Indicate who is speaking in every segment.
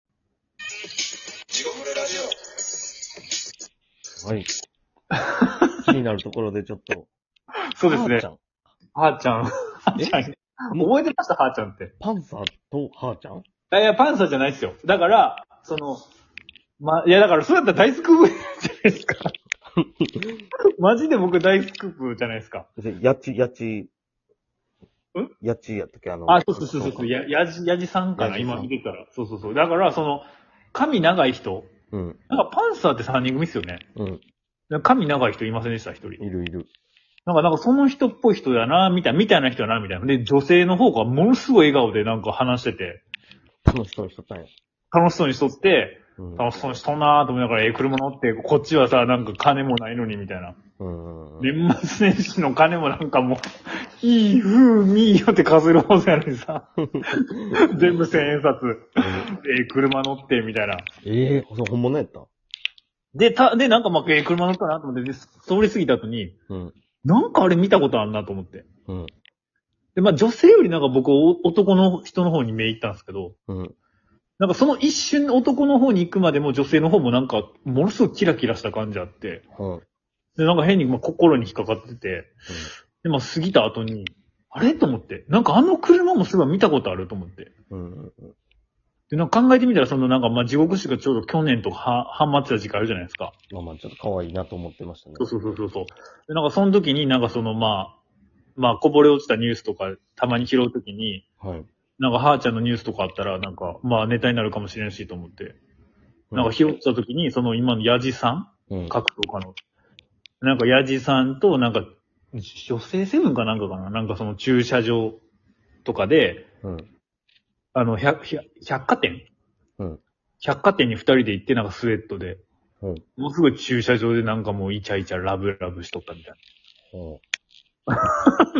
Speaker 1: はい。気になるところでちょっと。
Speaker 2: そうです
Speaker 1: はー
Speaker 2: ね
Speaker 1: ちゃ。ん
Speaker 2: はーちゃん。はーちゃん。覚えてました、はーちゃんって。
Speaker 1: パンサーとはーちゃん
Speaker 2: いやいや、パンサーじゃないですよ。だから、その、ま、いやだから、そうやったら大スクープじゃない ですか。マジで僕大スクープじゃないですか。
Speaker 1: やち、やち。
Speaker 2: ん
Speaker 1: やちやったっけあの。
Speaker 2: あ、そうそうそうそうそう。や、やじ、やじさんかな、
Speaker 1: やじさん
Speaker 2: 今見てたら。そうそうそう。だから、その、髪長い人。
Speaker 1: うん。
Speaker 2: なんかパンサーって3人組ですよね。
Speaker 1: うん。
Speaker 2: なんか髪長い人いませんでした、一人。
Speaker 1: いるいる。
Speaker 2: なんか、なんかその人っぽい人だな、みたいな、みたいな人だな、みたいな。で、女性の方がものすごい笑顔でなんか話してて、
Speaker 1: 楽しそうにしとったんや。
Speaker 2: 楽しそうにしとって、
Speaker 1: うん。
Speaker 2: 楽しそうにしとんなーと思いながら、え、車乗って、こっちはさ、なんか金もないのに、みたいな。
Speaker 1: うんうんうん。
Speaker 2: 年末年始の金もなんかもう、いい風味よって数えるほどやのにさ、 全部千円札。え、車乗って、みたいな。
Speaker 1: ええー、そう、本物やった
Speaker 2: で、た、で、なんかまあ、え、車乗ったなと思って、で、通り過ぎた後に、
Speaker 1: うん。
Speaker 2: なんかあれ見たことあんなと思って。
Speaker 1: うん。
Speaker 2: で、まあ、女性よりなんか僕、お男の人の方に目行ったんですけど、
Speaker 1: うん。
Speaker 2: なんかその一瞬男の方に行くまでも女性の方もなんか、ものすごくキラキラした感じあって、
Speaker 1: うん。
Speaker 2: で、なんか変にまあ心に引っかかってて、で、まあ、過ぎた後に、あれと思って、なんかあの車もすごい見たことあると思って。
Speaker 1: うん。
Speaker 2: で、なんか考えてみたら、そのなんか、まあ、地獄誌がちょうど去年とかは、はまってた時期あるじゃないですか。
Speaker 1: まあまあ、ちょっと可愛いなと思ってましたね。
Speaker 2: そうそうそうそうそう。で、なんかその時になんかその、まあ、まあ、こぼれ落ちたニュースとか、たまに拾う時に、
Speaker 1: はい。
Speaker 2: なんか、はーちゃんのニュースとかあったら、なんか、まあ、ネタになるかもしれんし、と思って。
Speaker 1: う
Speaker 2: なんか、、拾った時に、その、今のヤジさ
Speaker 1: うん
Speaker 2: ん。格闘家の。なんか、ヤジさんと、なんか、女性セブンかなんかかななんか、その、駐車場とかで、
Speaker 1: うん。
Speaker 2: あの、百、百百貨店
Speaker 1: うん
Speaker 2: 百貨店に二人で行って、なんか、スウェットで。
Speaker 1: うん
Speaker 2: もうすぐ駐車場でなんかもうイチャイチャラブラブしとったみたい
Speaker 1: うん。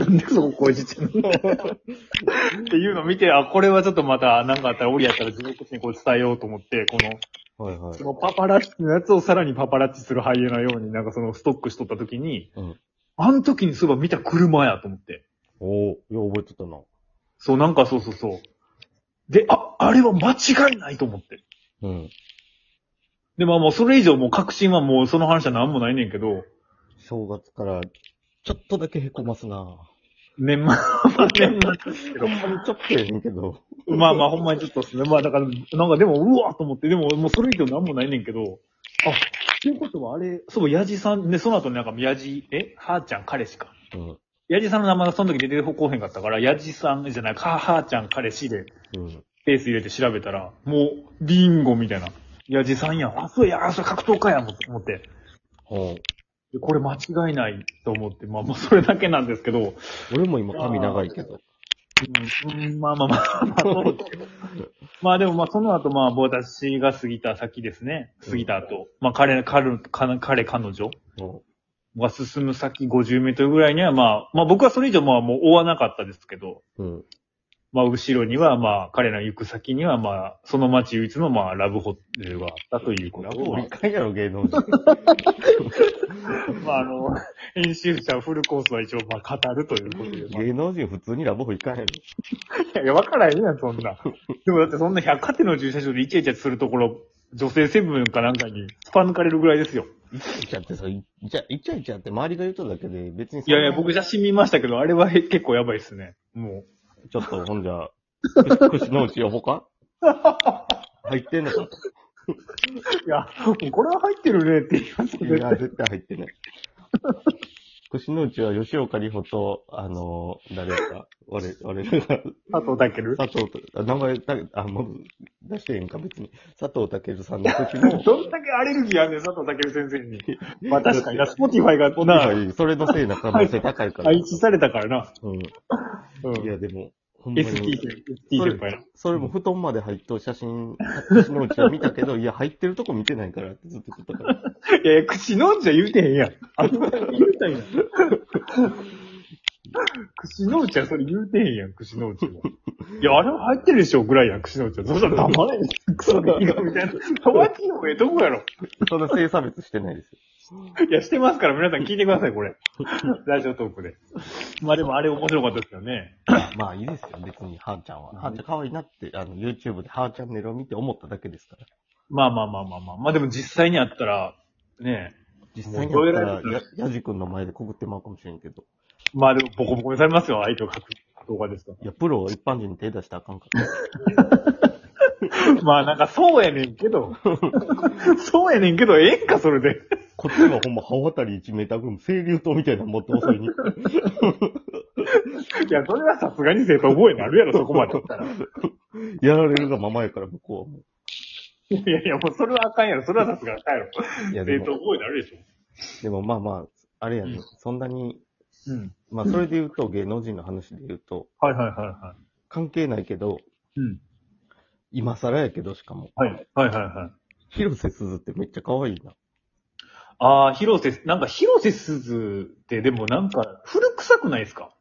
Speaker 2: な。なんでそこ声ちっちゃいのっていうのを見て、あ、これはちょっとまた、なんかあったら、折やったら自分たちにこう伝えようと思って、この、
Speaker 1: はいはい
Speaker 2: そ。のパパラッチのやつをさらにパパラッチするハイエナように、なんかそのストックしとった時に、
Speaker 1: うん
Speaker 2: あの時にそういえば見た車やと思って。
Speaker 1: おおよう覚えてたな。
Speaker 2: そう、なんかそうそうそう。で、あ、あれは間違いないと思って。
Speaker 1: うん。
Speaker 2: で、まあもうそれ以上もう確信はもうその話は何もないねんけど、
Speaker 1: 正月から、ちょっとだけ凹ますな
Speaker 2: 年末、まあ年末 ですけ
Speaker 1: ほんまにちょっとやねんけど。
Speaker 2: ど、ま あまあほんまにちょっとですね。まあだから、なんかでも、うわと思って、でももうそれ以上何もないねんけど、あ、ということはあれ、そう、ヤジさん、ね、その後になんかヤジ、えはーちゃん彼氏か。
Speaker 1: うん。
Speaker 2: ヤジさんの名前がその時出てこうへんかったから、ヤジさんじゃない、かはーちゃん彼氏で、
Speaker 1: うん。
Speaker 2: ペース入れて調べたら、もう、ビンゴみたいな。ヤジさんやん。あ、そうや、あ、それ格闘家やん、思って。
Speaker 1: ほう
Speaker 2: でこれ間違いないと思って、まあもうそれだけなんですけど、
Speaker 1: 俺も今髪長いけど。
Speaker 2: うん、うんまあまあまあ、まあそうですけどまあでもまあその後まあ私が過ぎた先ですね。過ぎた後。まあ彼、彼、彼、彼彼女
Speaker 1: うん
Speaker 2: が進む先50メートルぐらいにはまあ、まあ僕はそれ以上まあもう追わなかったですけど、
Speaker 1: うん。
Speaker 2: まあ、後ろには、まあ、彼らの行く先には、まあ、その街唯一の、まあ、ラブホテルがあったということを、ま
Speaker 1: 俺一回やろ、芸能人。
Speaker 2: あ、まあ、あの、 編集者フルコースは一応、まあ、語るということで、まあ
Speaker 1: 芸能人普通にラブホ行かへんの。
Speaker 2: いやいや、わからへんやん、そんな。 でもだって、そんな百貨店の駐車場でイチャイチャするところ、女性セブンかなんかに、スパ抜かれるぐらいですよ。
Speaker 1: イチャイチャってさ、イチャイチャイチャって周りが言うとるだけで、別にそ
Speaker 2: い
Speaker 1: んな
Speaker 2: やいや、僕写真見ましたけど、あれはへ結構やばいですね。も
Speaker 1: ちょっと、ほんじゃ、くしのうち呼ぼう か入ってんのか
Speaker 2: う。いや、これは入ってるねって言います
Speaker 1: い
Speaker 2: け
Speaker 1: や、絶対入ってない。腰の内は吉岡里帆と、あのー、誰か、俺、俺が、
Speaker 2: 佐藤健。
Speaker 1: 佐藤と、あ名前だ、あ、もう、出してへんか、別に。佐藤健さんの時も、
Speaker 2: どんだけアレルギーあんねん、佐藤健先生に。まあ確かに、スポティファイが、な、
Speaker 1: はいそれのせいな可能性高いから。
Speaker 2: 配置されたからな。
Speaker 1: うん。
Speaker 2: うん。
Speaker 1: いや、でも、ほんま
Speaker 2: ST 先
Speaker 1: に。
Speaker 2: ST 先輩な。
Speaker 1: それも布団まで入っと写真、腰の内は見た けど、いや、入ってるとこ見てないからってずっと言ってた から。
Speaker 2: いやいや、口のんじゃ言うてへんやん。あんな言うたんやん。口のうちはそれ言うてへんやん、口のうち は。いや、あれは入ってるでしょ、ぐらいやん、口のうちは。そしたら黙れん。クソでいいよみたいな。友達のええとこやろ。
Speaker 1: そんな性差別してないですよ。
Speaker 2: いや、してますから、皆さん聞いてください、 これ。ラジオトークで。まあでも、あれ面白かったですよね。
Speaker 1: まあいいですよ、別に、はーちゃんは。はーちゃん可愛いなって、あの、YouTube ではーチャンネルを見て思っただけですから。
Speaker 2: まあまあまあまあまあ。まあでも実際にあったら、ね
Speaker 1: 実際にやったら、や、やじくんの前で告ってまうかもしれんけど。
Speaker 2: まあでも、ボコボコにされますよ、相手を書く動画ですか
Speaker 1: いや、プロは一般人に手出したらあかんから。
Speaker 2: ら。 まあなんかそうやねんけど。 そうやねんけど、ええんか、それで。
Speaker 1: こっちはほんま、刃渡り1メーターぐらい、清流刀みたいなの持って遅いに。
Speaker 2: いや、それはさすがに生徒覚えになるやろ、そこまで言ったら。
Speaker 1: やられるがままやから、向こうはも
Speaker 2: いやいや、もうそれはあかんやろ、それはさすがにあかんやろ。
Speaker 1: う。いや、で
Speaker 2: 生徒
Speaker 1: も、
Speaker 2: 覚えになるでしょ。
Speaker 1: でもまあまあ、あれやね、
Speaker 2: うん
Speaker 1: そんなに、
Speaker 2: うん。
Speaker 1: まあ、それで言うと、芸能人の話で言うと、
Speaker 2: はいはいはいは
Speaker 1: 関係ないけど、
Speaker 2: い。うん。
Speaker 1: 今更やけど、しかも。
Speaker 2: はい。はいはいはい。
Speaker 1: 広瀬すずってめっちゃ可愛いな。
Speaker 2: ああ、広瀬、なんか広瀬すずってでもなんか古臭くないですか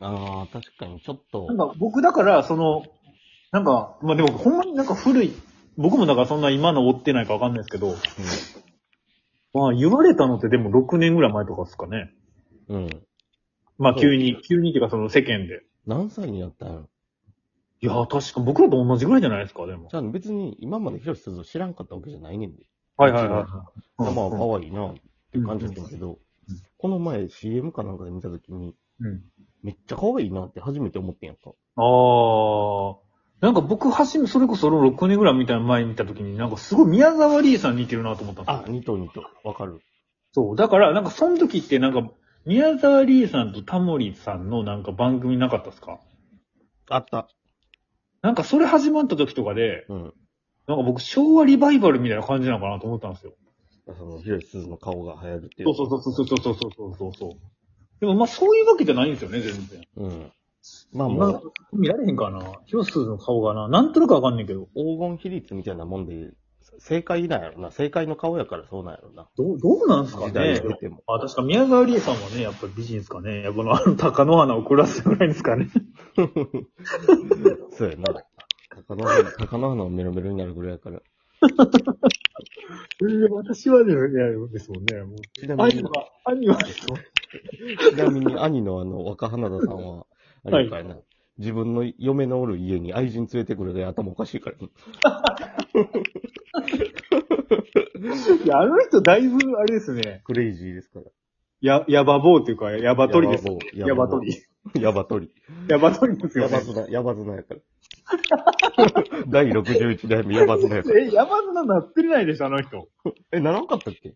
Speaker 1: ああ、確かに、ちょっと
Speaker 2: な、んか僕だから、その、なんか、まあでもほんまになんか古い、僕もだからそんな今の追ってないかわかんないですけど、まあ言われたのってでも6年ぐらい前とかですかね。
Speaker 1: うん。うん。
Speaker 2: まあ
Speaker 1: そう
Speaker 2: 急に、急にっていうかその世間で。
Speaker 1: 何歳になったんやろ
Speaker 2: いやー、確か僕らと同じぐらいじゃないですか、でも。
Speaker 1: じゃあ別に今まで広瀬すずを知らんかったわけじゃないねんで。
Speaker 2: はいはいはい。
Speaker 1: まあまあ
Speaker 2: うん
Speaker 1: 可愛いなって感じだったんだけど
Speaker 2: うんうん、
Speaker 1: この前 CM かなんかで見たときに、
Speaker 2: うん。
Speaker 1: めっちゃ可愛いなって初めて思ってんやんか。
Speaker 2: あー。なんか僕、はじめ、それこそ6年ぐらいみたいな前に見た時に、なんかすごい宮沢りえさんに似てるなと思ったんですよ
Speaker 1: あ、二頭二頭。わかる。
Speaker 2: そう。だから、なんか、その時って、なんか、宮沢りえさんとタモリさんのなんか番組なかったですか
Speaker 1: あった。
Speaker 2: なんか、それ始まった時とかで、
Speaker 1: うん。
Speaker 2: なんか僕、昭和リバイバルみたいな感じなのかなと思ったんですよ。
Speaker 1: その広瀬すずの顔が流行るっていう
Speaker 2: そう。そうそうそうそうそうそうそうそう。でも、まあ、そういうわけじゃないんですよね、全然。
Speaker 1: う。うん。まあも
Speaker 2: 今
Speaker 1: う、、
Speaker 2: 見られへんかな。広瀬すずの顔がな、なんとなくわかんないけど、
Speaker 1: 黄金比率みたいなもんで、正解なんやろな。正解の顔やからそうなんやろな。
Speaker 2: どう、どうなんすか
Speaker 1: 時代
Speaker 2: ね
Speaker 1: を。経ても。
Speaker 2: あ、確か宮沢りえさんはね、やっぱり美人ですかね。やっぱの、あの、鷹の花を暮らすぐらいですかね。
Speaker 1: そうやな。高野花、高野花をメロメロになるぐらいやから。
Speaker 2: 私はね、いやですもんね。もう
Speaker 1: ちなみ
Speaker 2: 兄
Speaker 1: に、
Speaker 2: は、兄は、
Speaker 1: ちなみに兄のあの、若花田さんは、あれやからな、自分の嫁のおる家に愛人連れてくるぐらい頭おかしいから、
Speaker 2: いや、あの人だいぶ、あれですね。
Speaker 1: クレイジーですから。
Speaker 2: や、やばぼうっていうか、やば鳥です。や
Speaker 1: ヤ
Speaker 2: ば
Speaker 1: バ鳥。
Speaker 2: 鳥。
Speaker 1: ヤバ鳥。
Speaker 2: やば鳥です
Speaker 1: ヤ
Speaker 2: よ、
Speaker 1: バ
Speaker 2: ね。
Speaker 1: 綱、ヤバ綱やから。第61代目ヤバ綱やから。
Speaker 2: え、やばななってないでしょ、あの人。
Speaker 1: え、ならんかったっけ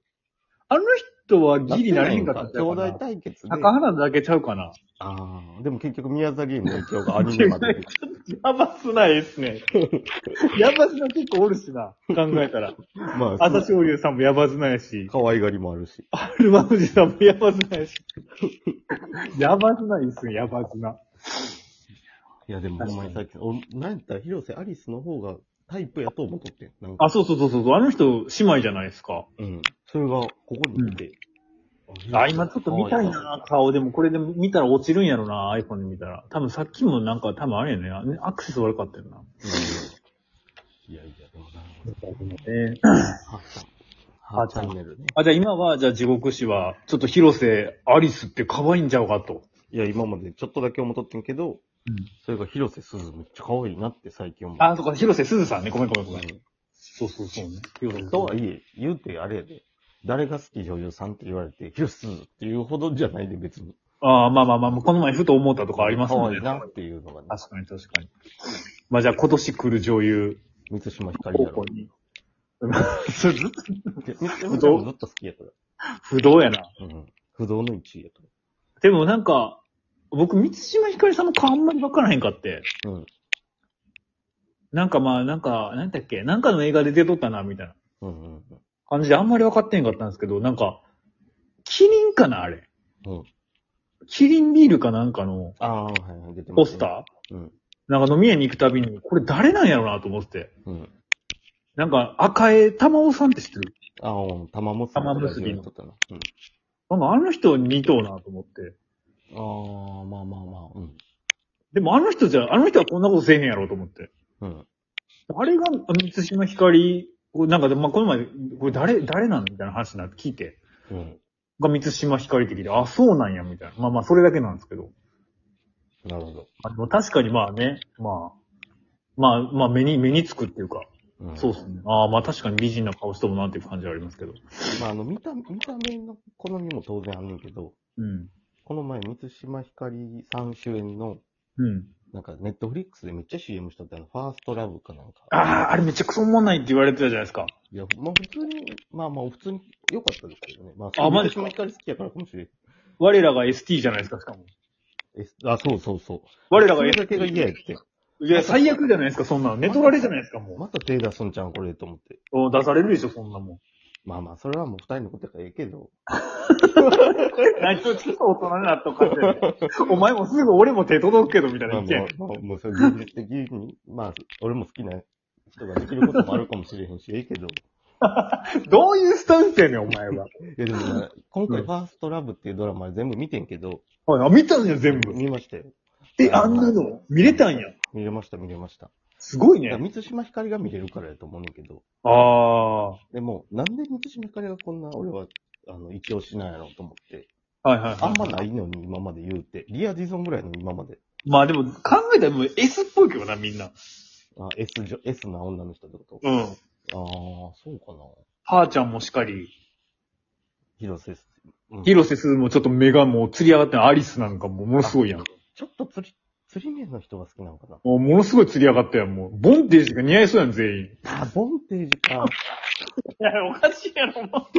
Speaker 2: あの人はギリなれへんかったんち
Speaker 1: 兄
Speaker 2: ゃうか
Speaker 1: 弟
Speaker 2: な。
Speaker 1: 対決で。
Speaker 2: 高
Speaker 1: あ
Speaker 2: 原だけちゃうかな。
Speaker 1: あー、でも結局宮沢りえの影響がアニメまで。
Speaker 2: やばすないですね。 やばすな結構おるしな。考えたら。
Speaker 1: まあ、
Speaker 2: 朝青龍さんもやばずないし、
Speaker 1: 可愛がりもあるし。
Speaker 2: 春馬富士さんもやばずないし。やばずないですね、やばずな。
Speaker 1: いや、でもほんまに最近、おなんやったら広瀬アリスの方がタイプやと思っとってん。なんか
Speaker 2: あ、そうそうそうそう。あの人、姉妹じゃないですか。
Speaker 1: うん。それが、ここに来て。
Speaker 2: あ、今ちょっと見たいな、顔。でもこれで見たら落ちるんやろな、iPhone で見たら。多分さっきもなんか、多分あれやね。アクセス悪かったよな。
Speaker 1: いやいや、でもな。
Speaker 2: え
Speaker 1: ハーチャン。ハーチャンネルね。
Speaker 2: あ、じゃあ今は、じゃあ地獄師は、ちょっと広瀬アリスって可愛いんちゃうかと。
Speaker 1: いや、今までちょっとだけ思っとってんけど、
Speaker 2: うん
Speaker 1: それが広瀬すずめっちゃ可愛いなって最近思う。
Speaker 2: あ、そうか、広瀬すずさんね。ごめんごめんご
Speaker 1: う
Speaker 2: めん。
Speaker 1: ん、
Speaker 2: そうそうそうね。広瀬すず
Speaker 1: とはいえ、言うてあれやで、誰が好き女優さんって言われて、広瀬すずっていうほどじゃないで別に。
Speaker 2: ああ、まあまあまあ、この前ふと思ったとかあります
Speaker 1: 可
Speaker 2: もん
Speaker 1: 愛
Speaker 2: ね。
Speaker 1: いなっていうのがね、
Speaker 2: 確かに確かに。まあじゃあ今年来る女優、
Speaker 1: 三島ひかり
Speaker 2: 候
Speaker 1: やろ
Speaker 2: 補。 に。それずっと
Speaker 1: で三島ひかりもずっと好きやから。
Speaker 2: 不動やな。
Speaker 1: うん。不動の1位やか
Speaker 2: でもなんか、僕、三島ひかりさんの顔あんまりわからへんかって。
Speaker 1: ら。うん。
Speaker 2: なんかまあ、なんか、なんだっけ、なんかの映画で出とったな、みたいな
Speaker 1: うんうんうん。
Speaker 2: 感じであんまり分かってへんかったんですけど、なんか、キリンかな、あれ。
Speaker 1: うん。
Speaker 2: キリンビールかなんかの
Speaker 1: ああ、はいはい、出てま
Speaker 2: ポ
Speaker 1: す、
Speaker 2: スター、
Speaker 1: うん
Speaker 2: なんか飲み屋に行くたびに、これ誰なんやろうな、と思って。
Speaker 1: うん。
Speaker 2: なんか、赤江玉緒さんって知ってる
Speaker 1: ああ、うん玉結び。
Speaker 2: 玉結びの
Speaker 1: とったな。うん。
Speaker 2: なんかあの人似とうな、と思って。
Speaker 1: ああ、まあまあまあ。うん。
Speaker 2: でもあの人じゃ、あの人はこんなことせえへんやろ、と思って。
Speaker 1: うん。
Speaker 2: あれが、三島ひかり、こうなんかで、まあ、この前、これ誰、誰なんみたいな話になって聞いて、
Speaker 1: うん。
Speaker 2: が三島ひかりって聞いて、あ、そうなんや、みたいな。まあまあ、それだけなんですけど。
Speaker 1: なるほど。
Speaker 2: あの、確かにまあね、まあ、まあ、まあ、目に、目につくっていうか、
Speaker 1: うん
Speaker 2: そうですね。ああ、まあ確かに美人な顔しとるなっていう感じはありますけど。
Speaker 1: まあ、あの、見た、見た目の好みも当然あんねんけど、
Speaker 2: うん。
Speaker 1: この前、満島ひかりさん主演の、
Speaker 2: うん。
Speaker 1: なんか、ネットフリックスでめっちゃ CM しとったの、ファーストラブかなんか。
Speaker 2: ああ、あれめっちゃくそおもんないって言われてたじゃないですか。
Speaker 1: いや、まあ普通に、まあまあ普通に良かったですけどね。まあ、
Speaker 2: あマジですか
Speaker 1: 満島ひかり好きやからかもしれん。
Speaker 2: 我らが ST じゃないですか、しかも。
Speaker 1: えあ、そうそうそう。
Speaker 2: 我らが
Speaker 1: そ
Speaker 2: ST。
Speaker 1: れだけが嫌やって。
Speaker 2: いや、最悪じゃないですか、そんなの。寝取られじゃないですか、も
Speaker 1: また手出すんちゃん、これ、と思って。
Speaker 2: う。出されるでしょ、そんなもん。
Speaker 1: まあまあ、それはもう二人のことやからええけど。
Speaker 2: 何をちょっと大人になっとかって。お前もすぐ俺も手届くけど、みたい
Speaker 1: ま
Speaker 2: な
Speaker 1: あ
Speaker 2: 意見。
Speaker 1: まあまあ、もうそれ現実的に、まあ、俺も好きな人ができることもあるかもしれへんし、ええけど。い
Speaker 2: どういうスタンスやねん、お前は。
Speaker 1: や、でもな、今回、
Speaker 2: うん
Speaker 1: ファーストラブっていうドラマ全部見てんけど、
Speaker 2: はい、あ、見たんや、全部。
Speaker 1: 見ましたよ。
Speaker 2: え、あんなの、見れたんや。
Speaker 1: 見れました、見れました。
Speaker 2: すごい
Speaker 1: いや、
Speaker 2: ね。
Speaker 1: 満島ひかりが見れるからやと思うねんけど。
Speaker 2: あ
Speaker 1: でも、なんで満島ひかりがこんな、俺は、あの、一押しなんやろうと思って。
Speaker 2: あ。はいはい。
Speaker 1: あんまないのに、今まで言うて。リア・ディゾンぐらいの今まで。
Speaker 2: まあでも、考えたらもう S っぽいけどな、みんな。
Speaker 1: あ、S 女、S な女の人ってこと
Speaker 2: うん。
Speaker 1: ああ、そうかな。
Speaker 2: はーちゃんもしかり、
Speaker 1: 広瀬す、うん
Speaker 2: 広瀬すずもちょっと目がもう釣り上がってんアリスなんかもうものすごいやん。
Speaker 1: ちょっと釣り、釣り面の人が好きなのかな。
Speaker 2: もうものすごい釣り上がったやん、もう。ボンテージが似合いそうやん、全員。
Speaker 1: あ、ボンテージ か。
Speaker 2: いや、おかしいやろ、もう。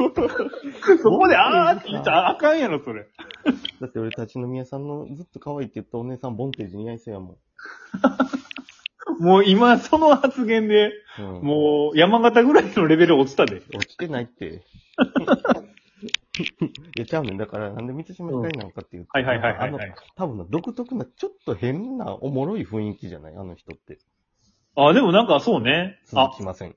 Speaker 2: そこで、あーって言っちゃあかんやろ、それ。
Speaker 1: だって俺たちの宮さんのずっと可愛いって言ったお姉さん、ボンテージ似合いそうやも
Speaker 2: もう今、その発言で、
Speaker 1: ん。うん、
Speaker 2: もう、山形ぐらいのレベル落ちたで。
Speaker 1: 落ちてないって。 いや、ちゃうねん。だから、なんで満島ひかりなのかっていうと、
Speaker 2: はいはいはいはい、
Speaker 1: あの
Speaker 2: はい。
Speaker 1: 多分な独特な、ちょっと変な、おもろい雰囲気じゃないあの人って。
Speaker 2: あ、でもなんかそうね。あ
Speaker 1: 続、きません。